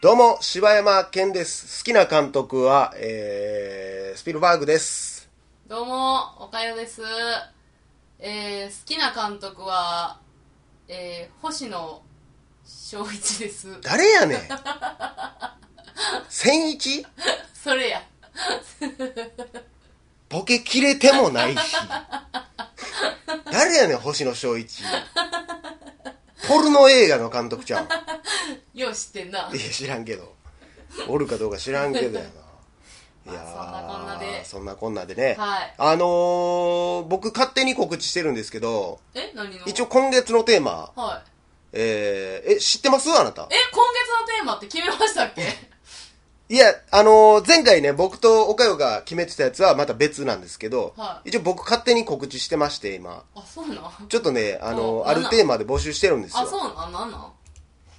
どうも、柴山健です。好きな監督は、えー、スピルバーグです。どうも、おかよです。えー、好きな監督は、えー、星野翔一です。 誰やねん千一それや。ボケ切れてもないし。誰やねん、星野翔一。ポルノ映画の監督ちゃうん。よう知ってんな。いや、知らんけど。おるかどうか知らんけどや な。いやまあそんなこんなでーそんなこんなでね。はいあのー、僕勝手に告知してるんですけど、え何の一応。今月のテーマ、はい。えー、え、知ってますあなたえ。、今月のテーマって決めましたっけいや、あのー前回ね、僕と岡代が決めてたやつはまた別なんですけど、はい一応僕勝手に告知してまして、今。あ、そうなんあ、ちょっとね、あのーおあるテーマで募集してるんですよ。そうなんなんなん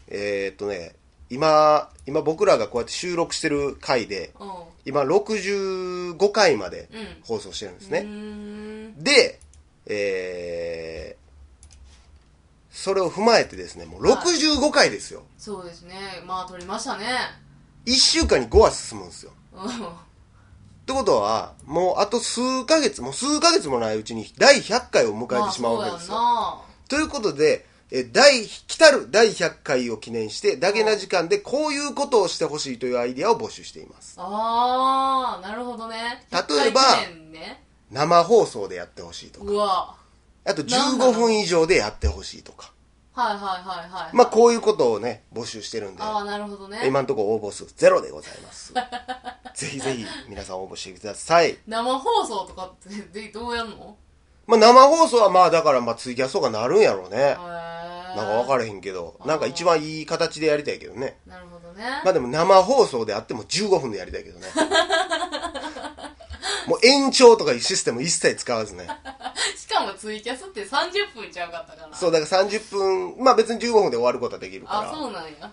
えー、っとね、今、今僕らがこうやって収録してる回で、うん。う今65回までうん放送してるんですーね。ん。で、えー、それを踏まえてですね、もう65回ですよ。そうですね。まあ、撮りましたね。 1週間に5話進むんですよ。うん。はってことは、もうあと数ヶ月、もう数ヶ月もないうちに第100回を迎えてしまうわけですよ。まということで、え第、来たる第100回を記念して、ダゲな時間でこういうことをしてほしいというアイディアを募集しています。あ、そうやんな。あー、なるほどね。例えば100回記念ね、生放送でやってほしいとか、うわ。あとなんだ15ろう分以上でやってほしいとか、はいはいはいはい。まあこういうことをね、募集してるんで、ああ、なるほどね。今んところ応募数ゼロでございます。 ぜひぜひ皆さん応募してください。生放送とかってでどうやんのまあ生放送はまあだからまあツイキャスとか なるんやろうね。へなんか分かられへんけど、なんか一番いい形でやりたいけどね。なるほどね、まあでも生放送であっても15分でやりたいけどね。 もう延長とかいうシステム一切使わずね。しかもツイキャスって30分ちゃうかったからそう、だから30分、まあ別に15分で終わることはできるから。あそうなんやっ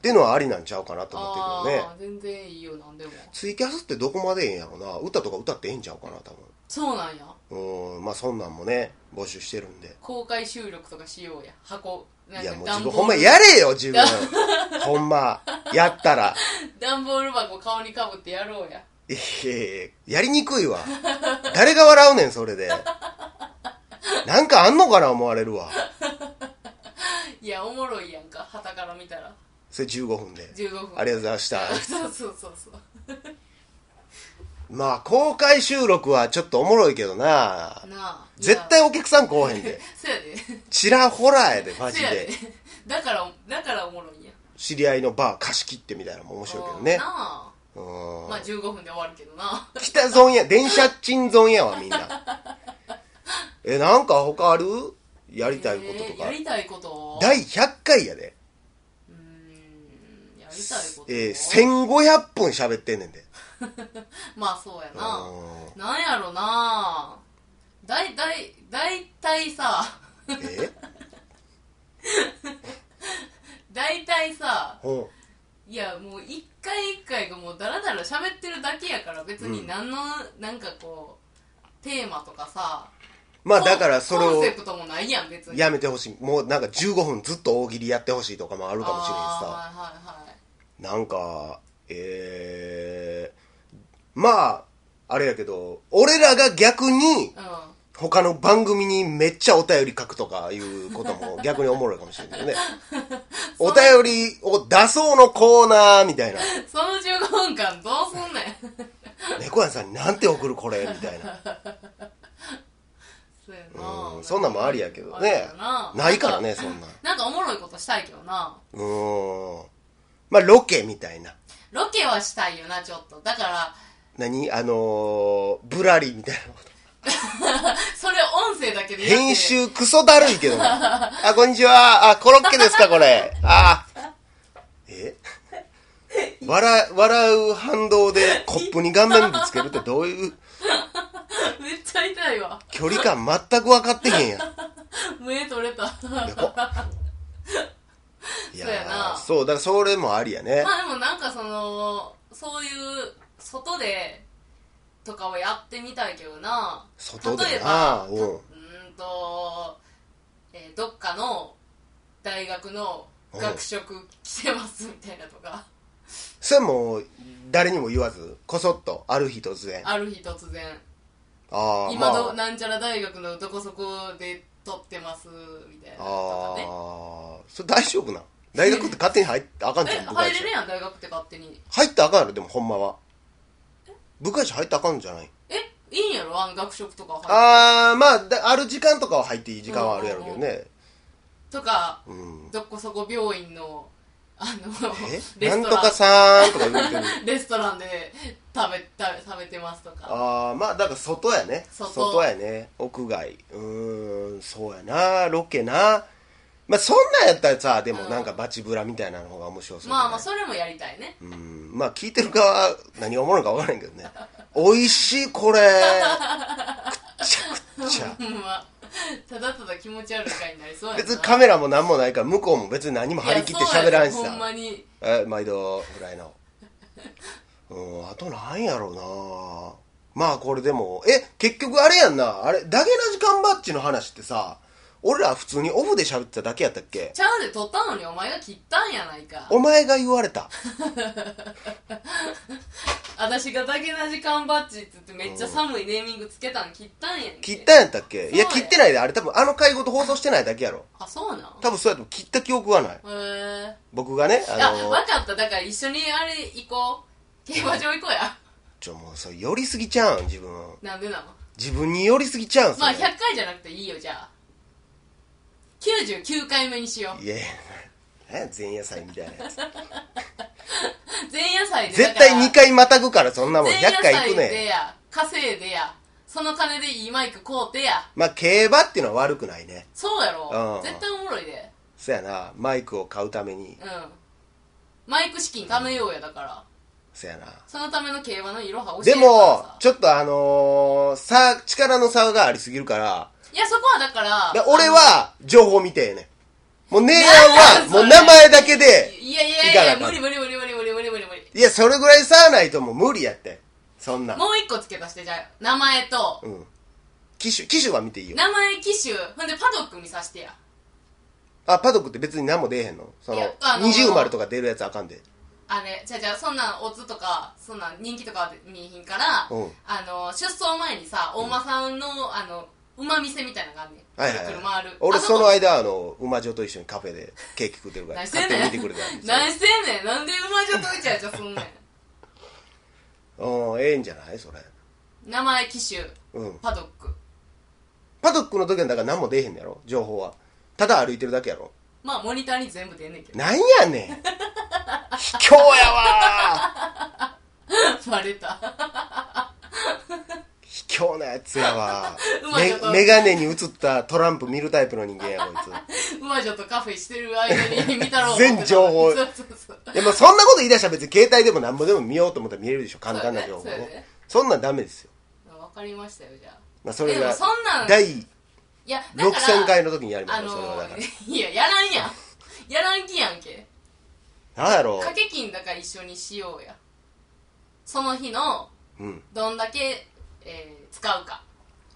ていうのはありなんちゃうかなと思あってるけどねあ。ー全然いいよなんでもツイキャスってどこまでええんやろな。歌とか歌ってええんちゃうかな、多そうなんや分。うーん、まあそんなんもね、募集してるんで。公開収録とかしようや箱なんいかやもう段自ボ分ールほんまやれよ、自分。ほんま。やったら。段ボール箱顔にかぶってやろうやいやいやいややりにくいわ。誰が笑うねん、それで。なんかあんのかな、思われるわ。いやおもろいやんか旗から見たらそれ15分で。 15分ありがとうございました。 そうそうそうそうまあ、公開収録はちょっとおもろいけどな。なあ絶対お客さん来おへんで。そうやでちらほらやで、マジそうやでで。だからだからおもろいんや知り合いのバー貸し切ってみたいなのも面白いけどうんねな。あうまんあ。15分で終わるけどな北ゾンや、電車賃ゾンやわ、みんな。え、なんか他あるやりたいこととえーやか。りたいこと第100回やで。うーんやりたいことえー、1500分喋ってんねんで。まあそうやなうなんやろなだいだいだいたいさ んえだいたいさうんいやもう一回一回がもうダラダラ喋ってるだけやから別に何の、なんかこうテーマとかさまあだからそれコンをセプトもないやん別にやめてほしい。もうなんか15分ずっと大喜利やってほしいとかもあるかもしれんしさ。あーはいはいはいなんか、えー、まあ、あれやけど、俺らが逆にうん他の番組にめっちゃお便り書くとかいうこと も逆におもろいかもしれないけどね。お便りを出そうのコーナーみ たいな。その15分間どうすんねん猫屋さんになんて送るこれみたいな。そうやうんなそんなんもありやけどありねやな。ないからね、そんなん。なんかおもろいことしたいけどな。うーん。まあ、ロケみたいな。ロケはしたいよな、ちょっと。だから、何あのー、ぶらりみたいなこと。それ音声だけでやって編。集クソだるいけどな。あ、こんにちは。あ、コロッケですか、これ。あ え笑、笑う反動でコップに顔面ぶつけるってどういう めっちゃ痛いわ。距離感全く分かってへんやん。目取れた。 まやこいそうやなーそう、だからそれもありやね。あでもなんかその、そういう、外で、とかをやってみたいけどな。外でな例えば、うんたうーんと、えーどっかの大学の学食来てますみたいなとか。それもう誰にも言わずこそっとある日突然あある日突然あー今ど、まあなんちゃら大学のどこそこで撮ってますみたいなとかねああそれ大丈夫なん大学って勝手に入ってあかんじえゃん部 外入れ者るやん大学って勝手に入ったらあかんやろでもほんまは部外者入ったらあかんじゃないえいいんやろあの学食とか入ってああまあだある時間とかは入っていい時間はあるやろうけどねとかうんどこそこ病院のあのえレなスんトとラかさーんとか言うてるンレストランで食べ食べ食べてますとかああまあだから外やね外やね屋外うーんそうやなロケなまあそんなんやったらさでもうんなんかバチブラみたいなの方が面白そうじゃないまあまあそれもやりたいねうんまあ聞いてる側は何がおもろいのか分からへんけどね美味しいこれくっちゃくっちゃほんまただただ気持ち悪い回になりそうやな別にカメラも何もないから向こうも別に何も張り切って喋らんしいやそうやほんまさにえ毎度ぐらいのうんあとなんやろうなまあこれでもえ結局あれやんなあれダゲな時間バッジの話ってさ俺ら普通にオフで喋ってただけやったっけちゃうで撮ったのにお前が切ったんやないかお前が言われた私がだけな時間バッジって言ってめっちゃ寒いネーミングつけたん切ったんやんけ切ったんやったっけいやそうや切ってないであれ多分あの会合と放送してないだけやろあそうなん多分そうやと思う切った記憶はないへえ僕がねああの分かっただから一緒にあれ行こう競馬場行こ うやちょもうそれ寄りすぎちゃうん自分なんでなの自分に寄りすぎちゃうんすまあ100回じゃなくていいよじゃあ99回目にしよういやいや何や前夜祭みたいなやつ前夜祭でだ絶から対2回またぐからそんなもん前夜100回い祭くでねや稼いでやその金でいいマイク買うてやまあ競馬っていうのは悪くないねそうやうろん絶対おもろいでそやなマイクを買うためにうんマイク資金貯めようやだからそやなそのための競馬のいろは教えでるからもさちょっとあのー、さ力の差がありすぎるからいやそこはだからで俺は情報見てえねんもう値段なんはだもそうれ名前だけでいやいやいやいいかなあやかん無理無理無理無理無理無理無理無理いやそれぐらい差ないともう無理やってそんなんもう一個付け足してじゃあ名前とうん機種機種は見ていいよ名前機種ほんでパドック見さしてやあパドックって別に何も出えへんのそのいやあのー20丸とか出るやつあかんであれじゃあじゃあそんなんオツとかそんなん人気とかは見えひんから、うんあの出走前にさ大間さんの、あの馬店みたいなのがあんねんはいはいくはいるくる回る俺あそのこ間あの馬女と一緒にカフェでケーキ食ってるから何して勝ん手にね見てんくれたんですよ何してんねんなんで馬じゃといちゃいちゃすんねうんええんじゃないそれん名前機種うんパドックパドックの時はだから何も出えへんのやろ情報はただ歩いてるだけやろまあモニターに全部出んねんけどなんやねん卑怯やわバレた卑怯なやつやわ め馬女とメガネに映ったトランプ見るタイプの人間やこい馬女とカフェしてる間に見たろう全情報そうそうそうついやまあそんなこと言い出したら別に携帯でも何もでも見ようと思ったら見れるでしょ簡単な情報そうやねそうやねねそんなんダメですよ、わかりましたよじゃあまあ、それがでもそんなん第いやだから6000回の時にやりましあょうそれはのだからいややらんやんやらんきやんけなんやろ掛け金だから一緒にしようやその日のううんどんだけ、えー使うか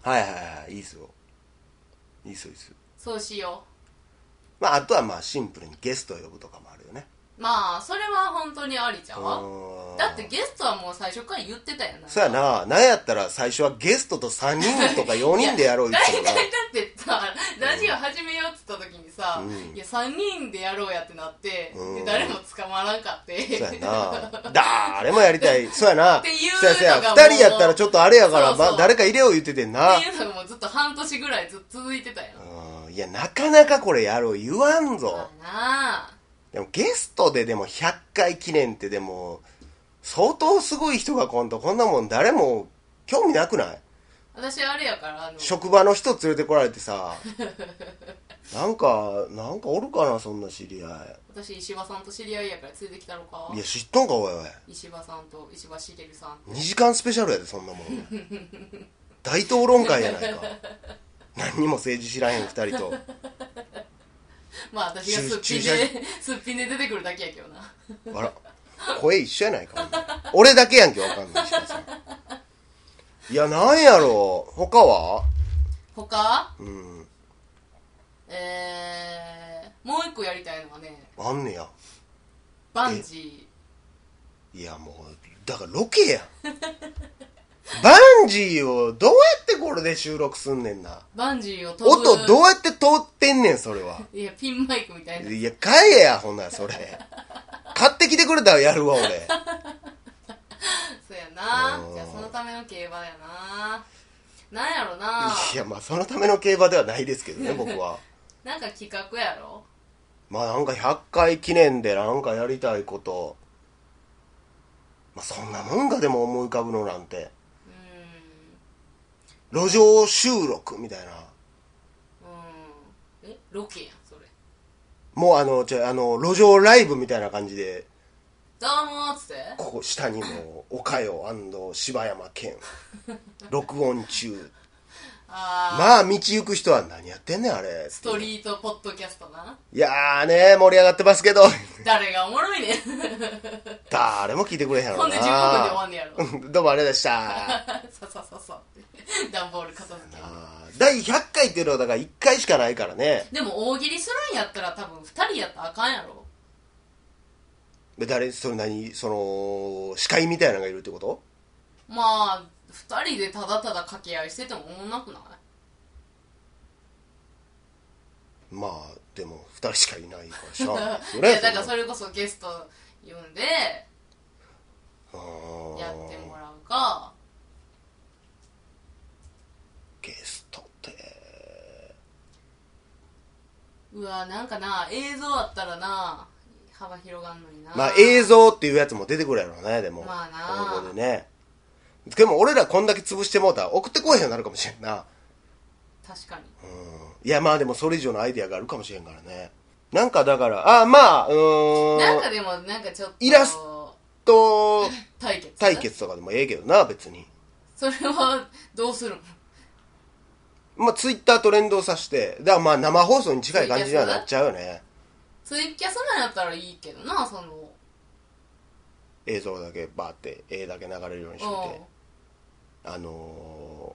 はいはいはいいいっすよいいっすよいいっすよそうしよまああとはまあシンプルにゲストを呼ぶとかもあるよねうまあそれは本当にありちゃうわうんだってゲストはもう最初から言ってたやなそうやななんやったら最初はゲストと3人とか4人でやろう だ言いったいてただもっんなてさラジオ始めようっつった時にうさ、んいや3人でやろうやってなって、うんで誰も捕まらんかってそうやな誰もやりた いそうやなっていうそうやそうやのがもう2人やったらちょっとあれやからそうそうまあ誰か入れよう言っててんなっていうのがもうずっと半年ぐらいずっと続いてたようんいやなかなかこれやろう言わんぞまあでもゲストででも100回記念ってでも相当すごい人が来んとこんなもん誰も興味なくないなあ私あれやからあの職場の人連れてこられてさなんかなんかおるかなそんな知り合私石破さんと知り合いやから連れてきたろかいいや知っとんかおいおい石破さんと石破茂さん2時間スペシャルやでそんなもん大討論会やないか何にも政治知らへん2人とまあ私がすっぴん駐車ですっぴんで出てくるだけやけどなあら声一緒やないかほんで俺だけやんけわかんないしかさいやなんやろ他は他うんえー、もう一個やりたいのはねあんねやバンジいやもうだからロケやんバンジーをどうやってこれで収録すんねんなバンジーを飛ぶ音どうやって通ってんねんそれ はいやピンマイクみたいないや買えやほんならそれ買ってきてくれたらやるわ俺 そうやなうんじゃあそのための競馬やななんやろないやまあそのための競馬ではないですけ どね僕はなんか企画やろまあなんか100回記念でなんかやりたいことまあそんなもんがでも思い浮かぶのなんてうん路上収録みたいなうんえロケやんそれもうあのじゃああの路上ライブみたいな感じでどうもーっつってここ下にも「岡代柴山健」録音中 ああまあ道行く人は何やってんねんあれストリートポッドキャストないやーね盛り上がってますけど 誰がおもろいねん誰も聞いてくれへんやほろんなで15分で終わんねやろ どうもありがとうございましたささささって段ボール片付けあ ー第100回っていうのはだから1回しかないからねでも大喜利するんやったら多分2人やったらあかんやろ誰それ何その司会みたいなのがいるってことまあ2人でただただ掛け合いしててもおもんなくないまあでも2人しかいないからしゃあないですよ いねやだからそれれこそゲスト呼んでやってもらうかゲストってうわなんかな映像あったらな幅広がんのになまあ映像っていうやつも出てくるやろうねでもまあなここでねでも俺らこんだけ潰してもうたら送ってこいへんようになるかもしれんな確かにいやまあでもそれ以上のアイデアがあるかもしれんからねなんかだからあまあうーんなんかでもなんかちょっとイラスと対決対決とかでもええけどな別にそれはどうするのまあ、ツイッターと連動させて、だからまあ生放送に近い感じにはなっちゃうよね。ツイキャスなんやったらいいけどなその映像だけバーって、絵だけ流れるようにしといて、うあの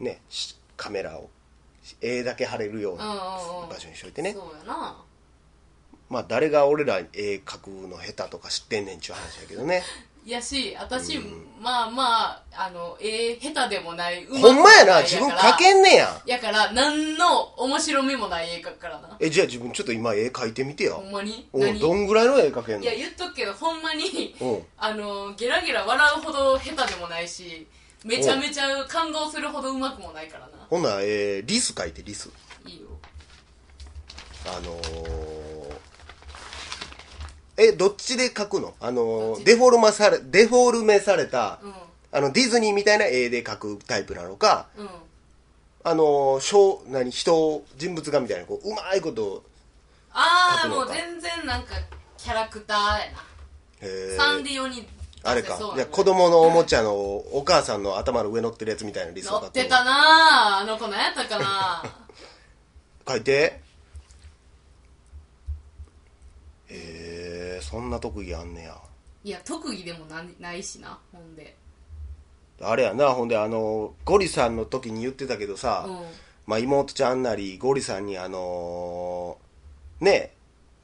ー、ね、しカメラを、絵だけ貼れるよううんうんなうん場所にしといてん、ね。そうやなまあ、誰が俺ら絵描くの下手とか知ってんねんちゅう話だけど ね。いやし私、まあまああのええ下手でもない上手くほんもまやなな、い自や分から描けんねや。やから何の面白みもない絵描くからなえ、じゃあ自分ちょっと今絵描いてみてよほ。んまにおう何どんぐらいの絵描けんいのや言っとくけどほんまにおうあのゲラゲラ笑うほど下手でもないしめちゃめちゃ感動するほど上手くもないからなほんなら、えー、リス描いて、リス。いいよあのー、えどっちで描くのあどのっちーでデフォルマされデフォルメされた、うんあのディズニーみたいな絵で描くタイプなのかうんあのー小何人人物画みたいなこううまいことああ描くものうか全然なんかキャラクターやな、えサンーリオにあれかそうじなゃあの子供のおもちゃのお母さんの頭の上乗ってるやつみたいな理想乗ってたのなああの子何やったかな 描いてへえー、そんな特技あんねやいや特技でもなんないしなほんであれやなほんであのゴリさんの時に言ってたけどさ、うんまあ、妹ちゃんなりゴリさんにあのーね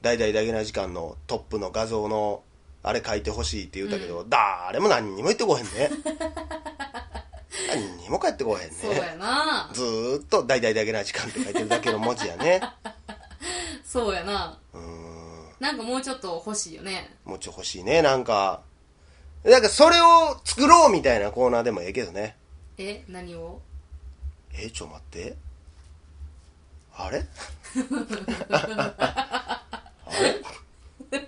大々だけな時間のトップの画像のあれ書いてほしいって言ったけど、誰も何にも言ってこへん ね何にも返ってこへんそうねやなずーっと大々だけな時間って書いてるだけの文字や ねそうやなうーんなんかもうちょっと欲しいよねもうちょい欲しいねなんかなんかそれを作ろうみたいなコーナーでもええけどねえ何をえちょ待ってあれ あれ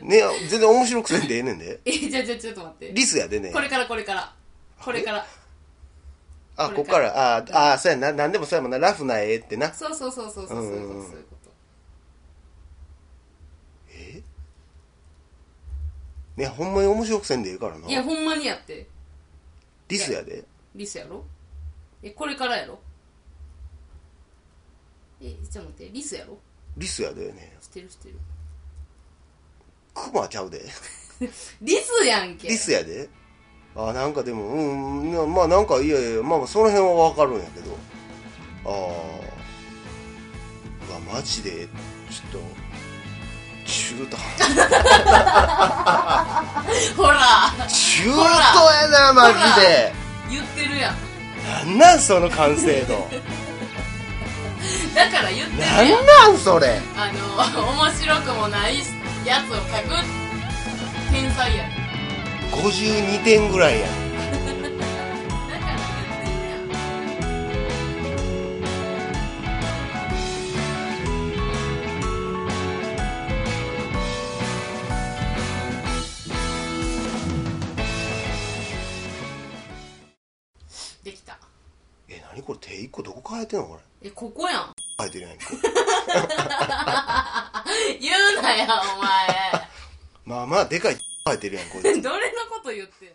ね全然面白くせんでええねんでえじゃあじゃあちょっと待ってリスやでねこれからこれからこれからあこここれかかららああそうやな何でもそうやもんなラフな絵ってなそうそうそうそうそうそういうことうんそういうことねほんまに面白くせんでええからないやほんまにやってリスやでリスやろえこれからやろえちょっと待ってリスやろリスやでね知ってる知ってるクマちゃうでリスやんけリスやであなんかでもうんなまあなんかいやいやまあまあその辺はわかるんやけどああうわマジでちょっと中途ほら中途やなマジで言ってるやんなんなんその完成度だから言ってるなやんんなんそれあの面白くもないやつを書く天才やん52点ぐらいやだから言ってるやんできたえ何これ手一個どこ変えてんのこれえここやん変えてるやんけ言うなやお前まあまあでかい変えてるやんこいつ どれのこと言ってんの